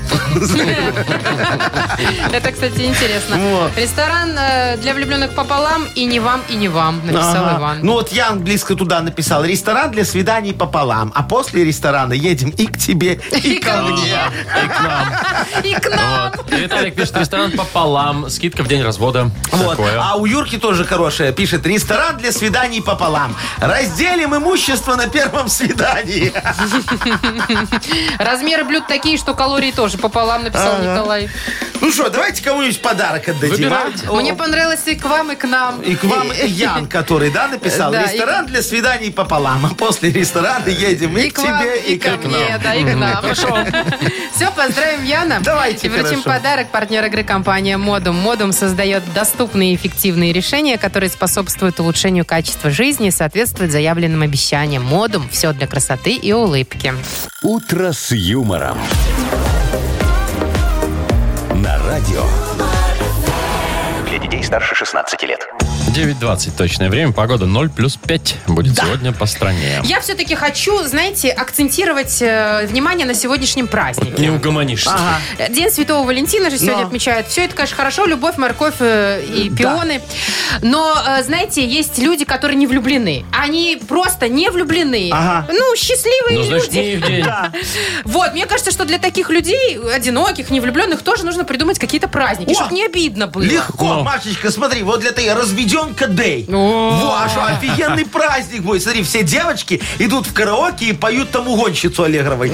Это, кстати, интересно.
Но
Ресторан э, для влюбленных пополам и не вам, и не вам, написал
Ага.
Иван.
Ну вот я английско туда написал. Ресторан для свиданий пополам. А после ресторана едем и к тебе, и ко мне.
и к нам.
<laughs> И к нам.
Вот. И Виталик пишет, ресторан пополам, скидка в день развода.
Вот.
Такое.
А у Юрки тоже хорошая. Пишет, ресторан для свиданий пополам. Разделим имущество на первом свидании.
Размеры блюд такие, что калории тоже пополам, написал Николай.
Ну что, давайте кому-нибудь подарок отдадим. а?
Выбирайте.
Мне понравилось и к вам, и к нам.
И к <laughs> вам Ян, который, да, написал?
Да,
Ресторан для свиданий пополам. А после ресторана едем и,
И
к тебе, и,
ко
к
мне,
нам.
да, и к нам. Все, поздравим Яна.
Давайте,
И вручим
хорошо.
подарок партнер игры компания «Модум». «Модум» создает доступные и эффективные решения, которые способствуют улучшению качества жизни и соответствуют заявленным обещаниям. «Модум» – все для красоты и улыбки.
«Утро с юмором». На радио.
Для детей старше 16 лет.
9.20 точное время. Погода 0 плюс 5 будет сегодня по стране.
Я все-таки хочу, знаете, акцентировать э, внимание на сегодняшнем празднике.
Не угомонишься.
Э, День Святого Валентина же сегодня
Но.
отмечают. Все это, конечно, хорошо. Любовь, морковь э, и пионы. Но, э, знаете, есть люди, которые не влюблены. Они просто не влюблены.
Ага.
Ну, счастливые
Ну, значит,
люди.
не в день.
Вот, мне кажется, что для таких людей, одиноких, невлюбленных, тоже нужно придумать какие-то праздники,
О!
чтобы не обидно было.
Легко,
Ну.
Машечка, смотри, вот для тебя разведенка Дэй.
О.
Во, а что, офигенный праздник будет. Смотри, все девочки идут в караоке и поют там угонщицу Аллегровой.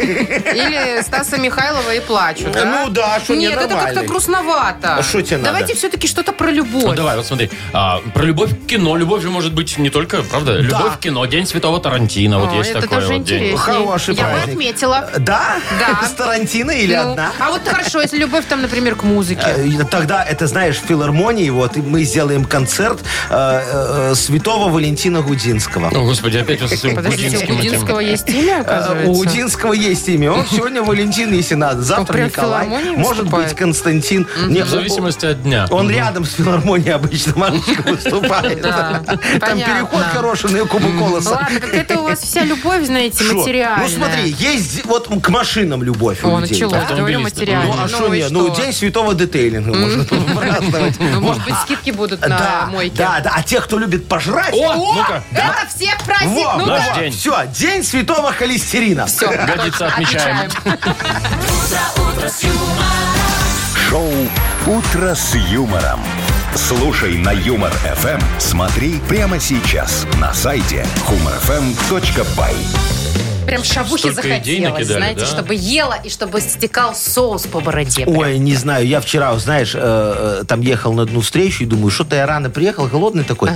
Или Стаса Михайлова и плачу,
Ну да, а что,
Нет, это
ненормальный.
как-то грустновато.
А что тебе надо?
Давайте все-таки что-то про любовь.
Ну, давай, вот смотри. А, про любовь к кино. Любовь же может быть не только, правда? Любовь к кино. День Святого Тарантино. вот
О,
есть
это
такой
тоже
вот день.
интереснее.
Хороший
Я бы
праздник.
отметила.
Да?
Да.
С Тарантино или
Ну,
одна?
А вот хорошо, если любовь там, например, к музыке.
Э, и Тогда, это знаешь, в филармонии вот и мы сделаем концерт э, э, святого Валентина Гудинского.
О, господи, опять вот с этим
Подождите, у
Гудинским этим.
Гудинского есть имя,
Э,
оказывается?
У Гудинского есть имя. Он сегодня Валентин, если надо.
Он
Завтра
прям в
Николай.
филармонии
Может
выступает?
быть, Константин. Не,
В зависимости от дня.
Он рядом с филармонией обычно,
<laughs>
Машечка, выступает.
Да,
Там
понятно. Ну
переход хороший на Кубу Колоса.
Ладно, какая-то у вас вся любовь, знаете,
Шо?
материальная.
Ну смотри, есть вот к машинам любовь у
О,
людей.
началось,
да?
говорю,
Автомобилисты.
Ну
материальная.
а что
и
нет? Ну день святого детейлинга можно праздновать.
Ну, может быть, скидки будут на
а, Да,
мойке.
да, да. А те, кто любит пожрать...
О, ну-ка.
Это все праздник,
Во,
ну
наш
да.
день.
Все, день святого холестерина.
Все,
Годится, отмечаем.
Шоу «Утро с юмором». Слушай на Юмор ФМ. Смотри прямо сейчас на сайте humorfm.by.
Прям шавухи
Столько идей
захотелось,
накидали,
знаете,
да?
чтобы ела и чтобы стекал соус по бороде. прям.
Ой, не знаю, я вчера, знаешь, э, э, там ехал на одну встречу и думаю, что-то я рано приехал, голодный такой,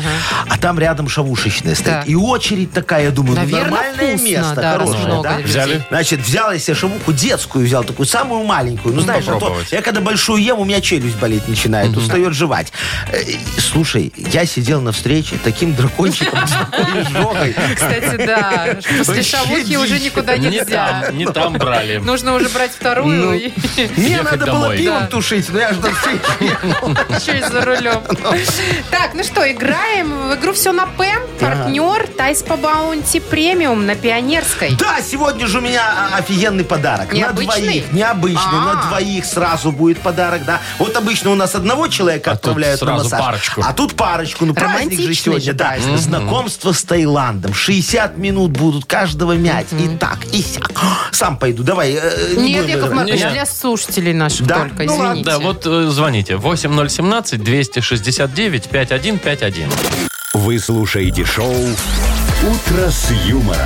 а там рядом шавушечная стоит.
Так.
И очередь такая, я думаю, ну,
Наверное,
нормальное
вкусно,
место,
да, раз
хорошее,
много
да?
людей.
Взяли?
Значит, взял я себе шавуху детскую, взял такую самую маленькую. Ну, знаешь, а то
попробовать.
я когда большую ем, у меня челюсть болеть начинает, устает жевать. Э, и, Слушай, я сидел на встрече таким дракончиком <laughs> с такой жопой.
Кстати,
<laughs>
да, после
Вообще
шавухи уже
дичь.
никуда
Не
нельзя.
там, не там брали.
Нужно уже брать
Ну.
вторую и
Мне
Ехать
надо
домой.
было
Да.
пивом тушить, но я же на встрече
еще и за
<laughs>
рулем. Так, ну что, играем в игру «Все на П». Партнер Тайс по Баунти Премиум на Пионерской.
Да, сегодня же у меня а, офигенный подарок.
Необычный?
На двоих. Необычный.
А.
На двоих сразу будет подарок, да. Вот обычно у нас одного человека
А тут
отправляют на
сразу
массаж.
парочку.
А тут парочку. Ну, праздник же
Романтичный
сегодня,
же
да.
праздник.
Знакомство с Таиландом. 60 минут будут каждого мять. И так, и сяк. Сам пойду. Давай. э, не
Нет,
будем
Яков
играть.
Маркович,
Нет.
для слушателей наших
Да?
только,
Ну ладно,
извините.
Да, вот э, звоните. 8017-269-5151.
Вы слушаете шоу «Утро с юмором»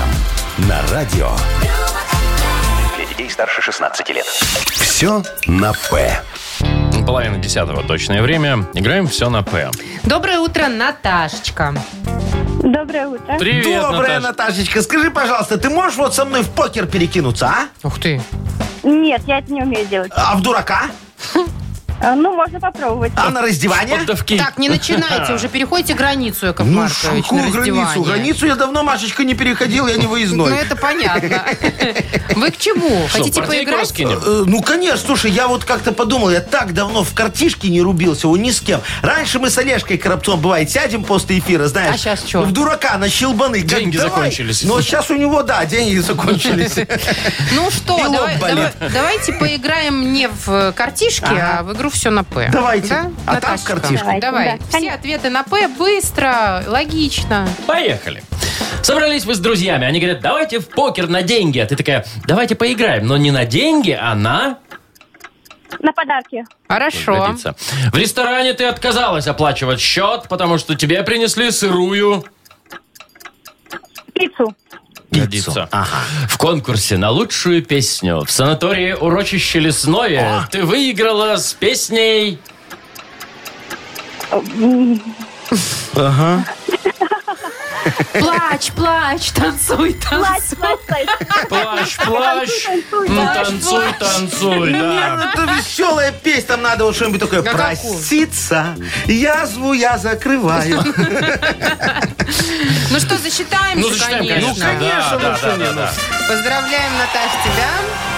на радио.
Для детей старше 16 лет.
Все на «П».
Половина десятого точное время. Играем все на П.
Доброе утро, Наташечка.
Доброе утро.
Привет,
Добрая,
Наташ.
Наташечка. Скажи, пожалуйста, ты можешь вот со мной в покер перекинуться, а?
Ух ты.
Нет, я это не умею делать.
А в дурака?
А, Ну, можно попробовать.
А на раздевание?
Отдавки.
Так, не
<laughs>
начинайте уже, переходите границу, Яков
Ну,
Маркович, на
какую границу?
раздевание.
Границу я давно, Машечка, не переходил, я не
Ну,
выездной.
это
<laughs>
понятно. Вы к чему?
Что,
Хотите
партийку
поиграть?
раскинем?
Э, Ну, конечно, слушай, я вот как-то подумал, я так давно в картишки не рубился, он ни с кем. Раньше мы с Олежкой Коробцом, бывает, сядем после эфира, знаешь.
А щас чё?
В дурака, на щелбаны. Как,
Деньги
давай.
закончились.
Но сейчас у него, да,
<laughs>
деньги закончились.
Ну что,
И лоб
давай-
болит.
давай- давайте поиграем не в э, картишки, а в игру спрошу все на П.
Давайте. А там
Наташечка?
картинка.
Давайте,
Давай.
да.
Все ответы на П быстро, логично.
Поехали. Собрались вы с друзьями. Они говорят, давайте в покер на деньги. А ты такая, давайте поиграем. Но не на деньги, а на...
На подарки.
Хорошо.
годится. В ресторане ты отказалась оплачивать счет, потому что тебе принесли сырую...
Пиццу.
Годится.
Ага.
В конкурсе на лучшую песню в санатории «Урочище лесное» ты выиграла с песней...
Плачь, плачь, танцуй, танцуй.
Плачь, плачь, плачь.
Плащ, плащ,
Танцуй,
м,
танцуй.
танцуй, танцуй, да.
ну, Это веселая песня, там надо вот что-нибудь такое.
Да какую?
Проститься, язву я закрываю.
Ну что, засчитаем
Ну,
же,
засчитаем, конечно. ну,
конечно.
Да, да, да, да, да.
Поздравляем, Наташ, тебя.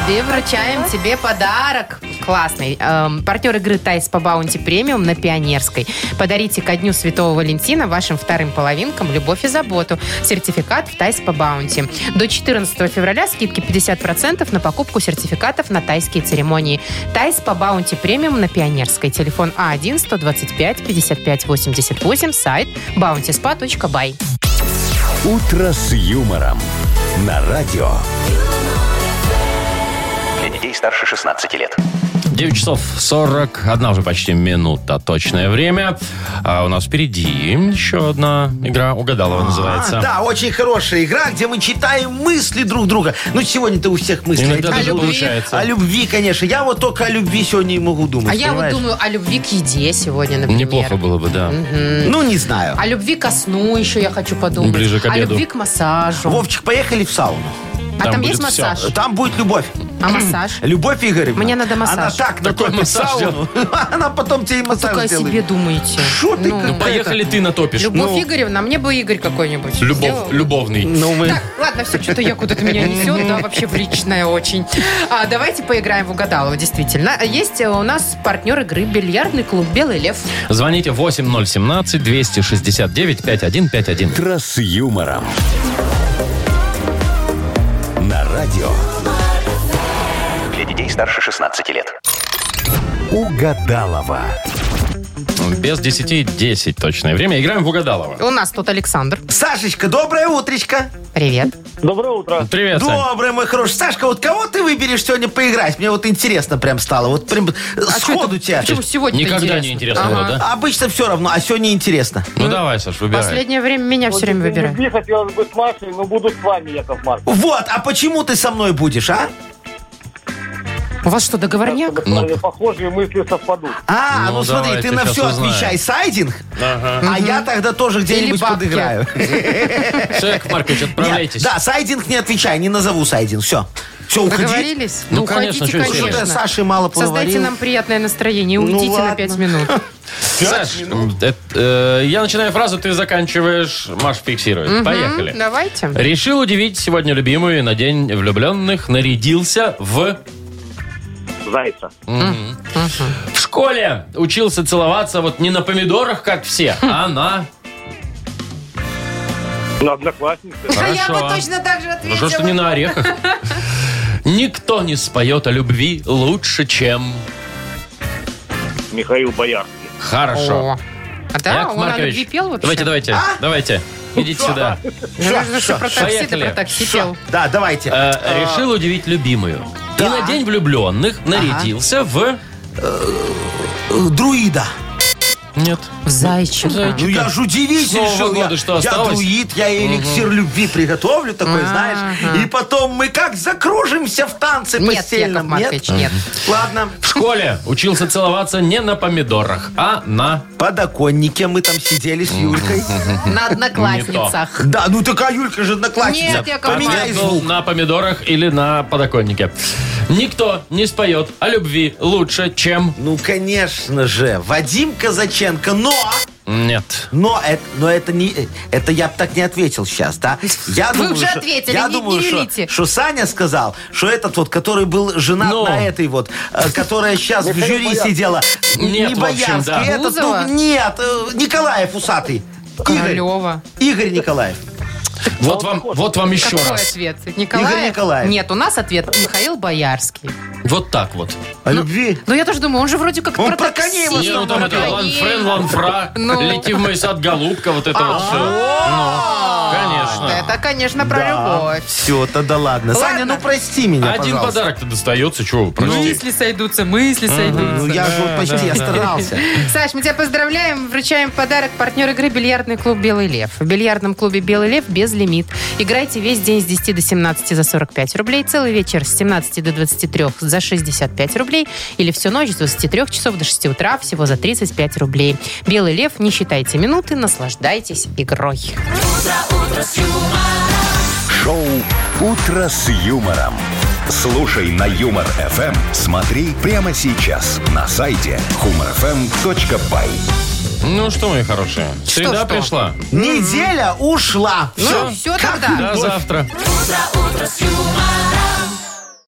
И вручаем тебе подарок. Классный. Эм, партнер игры «Тайс по баунти премиум» на Пионерской. Подарите ко дню Святого Валентина вашим вторым половинкам любовь и заботу. Сертификат в «Тайс по баунти». До 14 февраля скидки 50% на покупку сертификатов на тайские церемонии. «Тайс по баунти премиум» на Пионерской. Телефон А А1-125-55-88, сайт bountyspa.by.
«Утро с юмором» на радио.
Для детей старше 16 лет.
9 часов 41 уже почти минута точное время. А у нас впереди еще одна игра «Угадалова» называется.
А, да, очень хорошая игра, где мы читаем мысли друг друга. Ну, сегодня-то у всех мысли.
Иногда
одни
даже
и те же.
получается.
О любви, конечно. Я вот только о любви сегодня и могу думать.
А я вот
понимаешь?
думаю о любви к еде сегодня, например.
Неплохо было бы, да.
Ну, не знаю.
О любви ко сну еще я хочу подумать.
Ближе к
О
обеду.
любви к массажу.
Вовчик, поехали в сауну.
а там,
там
есть
будет всё.
массаж?
Там будет любовь.
А массаж?
Любовь Игоревна.
Мне надо массаж.
Она так
Такой
накопит
массаж
сауну. <laughs> Она потом тебе и массаж
Только о
сделает.
себе думаете.
Шо ты
Ну,
как-
Поехали ты натопишь.
Любовь
Ну,
Игоревна, а мне бы Игорь какой-нибудь. сделал.
Любов, любовный.
Ну, мы...
Так, ладно, все, что-то я куда-то меня несет, да, вообще в личное очень. А, давайте поиграем в угадалово, действительно. А Есть э, у нас партнер игры бильярдный клуб «Белый лев».
Звоните 8017-269-5151.
«Утро с юмором» на радио.
Для детей старше 16 лет.
Угадалова.
Без 10 10 точное время. Играем в угадалово.
У нас тут Александр.
Сашечка, доброе утречко.
Привет.
Доброе утро.
Привет, Сань.
Доброе, мой хороший. Сашка, вот кого ты выберешь сегодня поиграть? Мне вот интересно прям стало. Вот прям э, сходу тебя.
А Почему сегодня
Никогда не интересно было, да?
Обычно все равно, а сегодня интересно.
Ну давай, Саш, выбирай.
Последнее время меня все время выбирают.
Любви хотелось бы с Машей, но буду с вами, Яков Марк.
Вот, а почему ты со мной будешь, а?
У вас что, договорняк?
Ну,
Похожие мысли совпадут.
А,
Ну,
ну, смотри,
давай,
ты
ты
на
щас
все
узнаешь.
отвечай сайдинг, а я тогда тоже
Или
где-нибудь
бабки.
подыграю.
Всё, Яков Маркович, отправляйтесь.
Нет, Да, сайдинг не отвечай, не назову сайдинг. Все. Все, уходи.
Договорились?
Ну, конечно,
уходите,
что
Ну, Что-то я
конечно.
Саше мало
Создайте
поговорил.
нам приятное настроение,
Ну,
уйдите на
ладно.
5 минут.
Саш, э, э, я начинаю фразу, ты заканчиваешь, Маш фиксирует. Поехали.
М, Давайте.
Решил удивить сегодня любимую и на день влюбленных нарядился в...
Зайца.
В школе учился целоваться вот не на помидорах, как все,
<laughs>
а на...
На однокласснице.
Хорошо.
так же
Ну что, что не на
<laughs>
орехах? Никто не споет о любви лучше, чем...
Михаил Боярский.
Хорошо.
О. А да,
Яков
он о любви пел вообще.
давайте,
А?
давайте, давайте. Идите сюда. Э,
Ну, нужно, что, про такси, да
Поехали.
про такси пел.
Да, давайте.
Э,
А.
решил удивить любимую. И на день влюбленных нарядился
Э, Друида.
в... Нет.
В зайчика.
Ну я же
С
удивитель,
Нового
что
года
я,
что,
я
осталось?
друид, я и эликсир любви приготовлю такой,
Ага.
знаешь. И потом мы как закружимся в танце
Нет, Яков
постельном.
Маркович, нет.
Ладно,
В школе учился целоваться не на помидорах, а на...
подоконнике мы там сидели с Юлькой.
На одноклассницах.
Да, ну такая Юлька же одноклассница.
Нет, Яков
Поменяй
Маркович.
Ответ был
звук.
на помидорах или на подоконнике. Никто не споет о любви лучше, чем...
Ну, конечно же, Вадим Казаченко, но...
Нет.
Но это, но это не... Это я бы так не ответил сейчас, да? Я
Вы уже ответили,
я
не-
думаю,
не
что,
юлите.
что Саня сказал, что этот вот, который был женат
Но.
на этой вот, э, которая сейчас в жюри сидела,
Нет,
не
в общем,
Боярский,
да.
этот, ну,
Бузова?
нет, э, Николаев усатый. Игорь,
Королева.
Игорь Николаев.
Вот вам, вот вам еще
Какой
раз.
ответ? Николаев?
Игорь Николаев.
Нет, у нас ответ Михаил Боярский.
Вот так вот.
О любви?
Ну, я тоже думаю, он же вроде как
Он
про
про
такси.
коней в
Не, ну там это ланфрен, ланфра,
Ну.
лети в мой сад, голубка, вот это вот все. Ну, конечно.
А, Это, конечно, про любовь.
Все, тогда ладно. Саня, ну прости меня,
Один
пожалуйста.
подарок-то достается, чего вы, простите.
Мысли сойдутся, мысли
Ну,
сойдутся.
я же вот почти я старался.
Саш, мы тебя поздравляем, вручаем подарок партнер игры «Бильярдный клуб «Белый лев». В бильярдном клубе «Белый лев» без лимит. Играйте весь день с 10 до 17 за 45 рублей, целый вечер с 17 до 23 за 65 рублей или всю ночь с 23 часов до 6 утра всего за 35 рублей. «Белый лев», не считайте минуты, наслаждайтесь игрой.
Шоу «Утро с юмором». Слушай на Юмор ФМ. Смотри прямо сейчас на сайте humorfm.by.
Ну что, мои хорошие, среда
что?
пришла.
Неделя ушла.
Ну, все
Как
тогда.
До завтра.
утро с юмором.